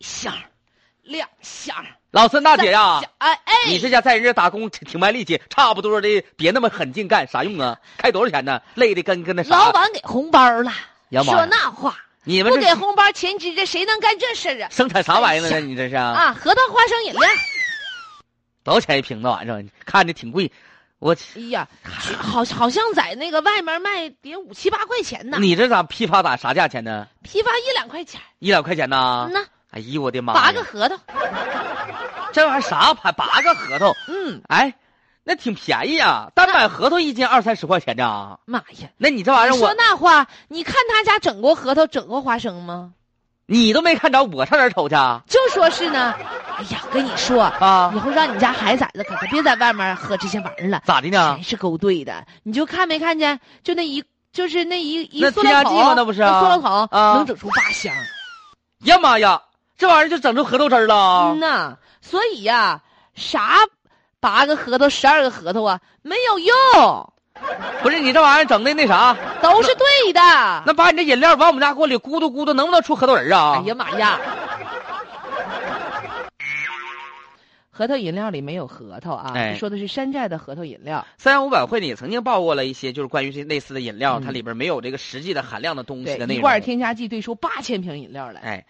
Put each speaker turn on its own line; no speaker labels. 下儿，两下儿，
老孙大姐呀、
三下儿哎哎，
啊你这家在人这打工挺挺卖力气，差不多的，别那么狠劲干，啥用啊？开多少钱呢？累的跟跟那啥。
哎老，板给红包了，
呀妈呀
说那话，
你们
不
这
给红包前知这谁能干这事儿啊？
生产啥玩意儿
哎
呢？
呀
你这是啊？
啊，核桃花生饮料，
多少钱一瓶子玩意儿？看着挺贵，我
哎呀，好好像在那个外面卖得五七八块钱呢，
你这咋批发打啥价钱呢？
批发一两块钱儿，
一两块钱呐
嗯？呐，
哎呦我的妈呀！
八个核桃，
这玩意儿啥牌？八个核桃，
嗯，
哎，那挺便宜啊！单买核桃一斤二三十块钱呢。
妈呀，
那你这玩意儿
你说
哎我
那话，你看他家整过核桃，整过花生吗？
你都没看着，我上哪儿瞅去啊？
就说是呢，哎呀，跟你说，
啊
以后让你家孩崽子可可别在外面喝这些玩意儿了，
咋的呢
全？是勾兑的。你就看没看见，就那一就是那一一
那
塑料
添加
桶
剂吗那不是啊
塑料桶
啊
能整出八箱。
呀妈呀，这玩意儿就整出核桃汁儿了
嗯。呐，所以呀、啥八个核桃、十二个核桃啊，没有用，
不是你这玩意儿整的那啥，
都是对的。
那把你这饮料往我们家锅里咕嘟咕嘟，能不能出核桃仁儿啊？
哎呀妈 呀！核桃饮料里没有核桃啊，
哎
你说的是山寨的核桃饮料。
三幺五百惠呢也曾经报过了一些，就是关于这类似的饮料，
嗯
它里边没有这个实际的含量的东西
对
的，内
一
容。
罐添加剂兑出八千瓶饮料来。
哎，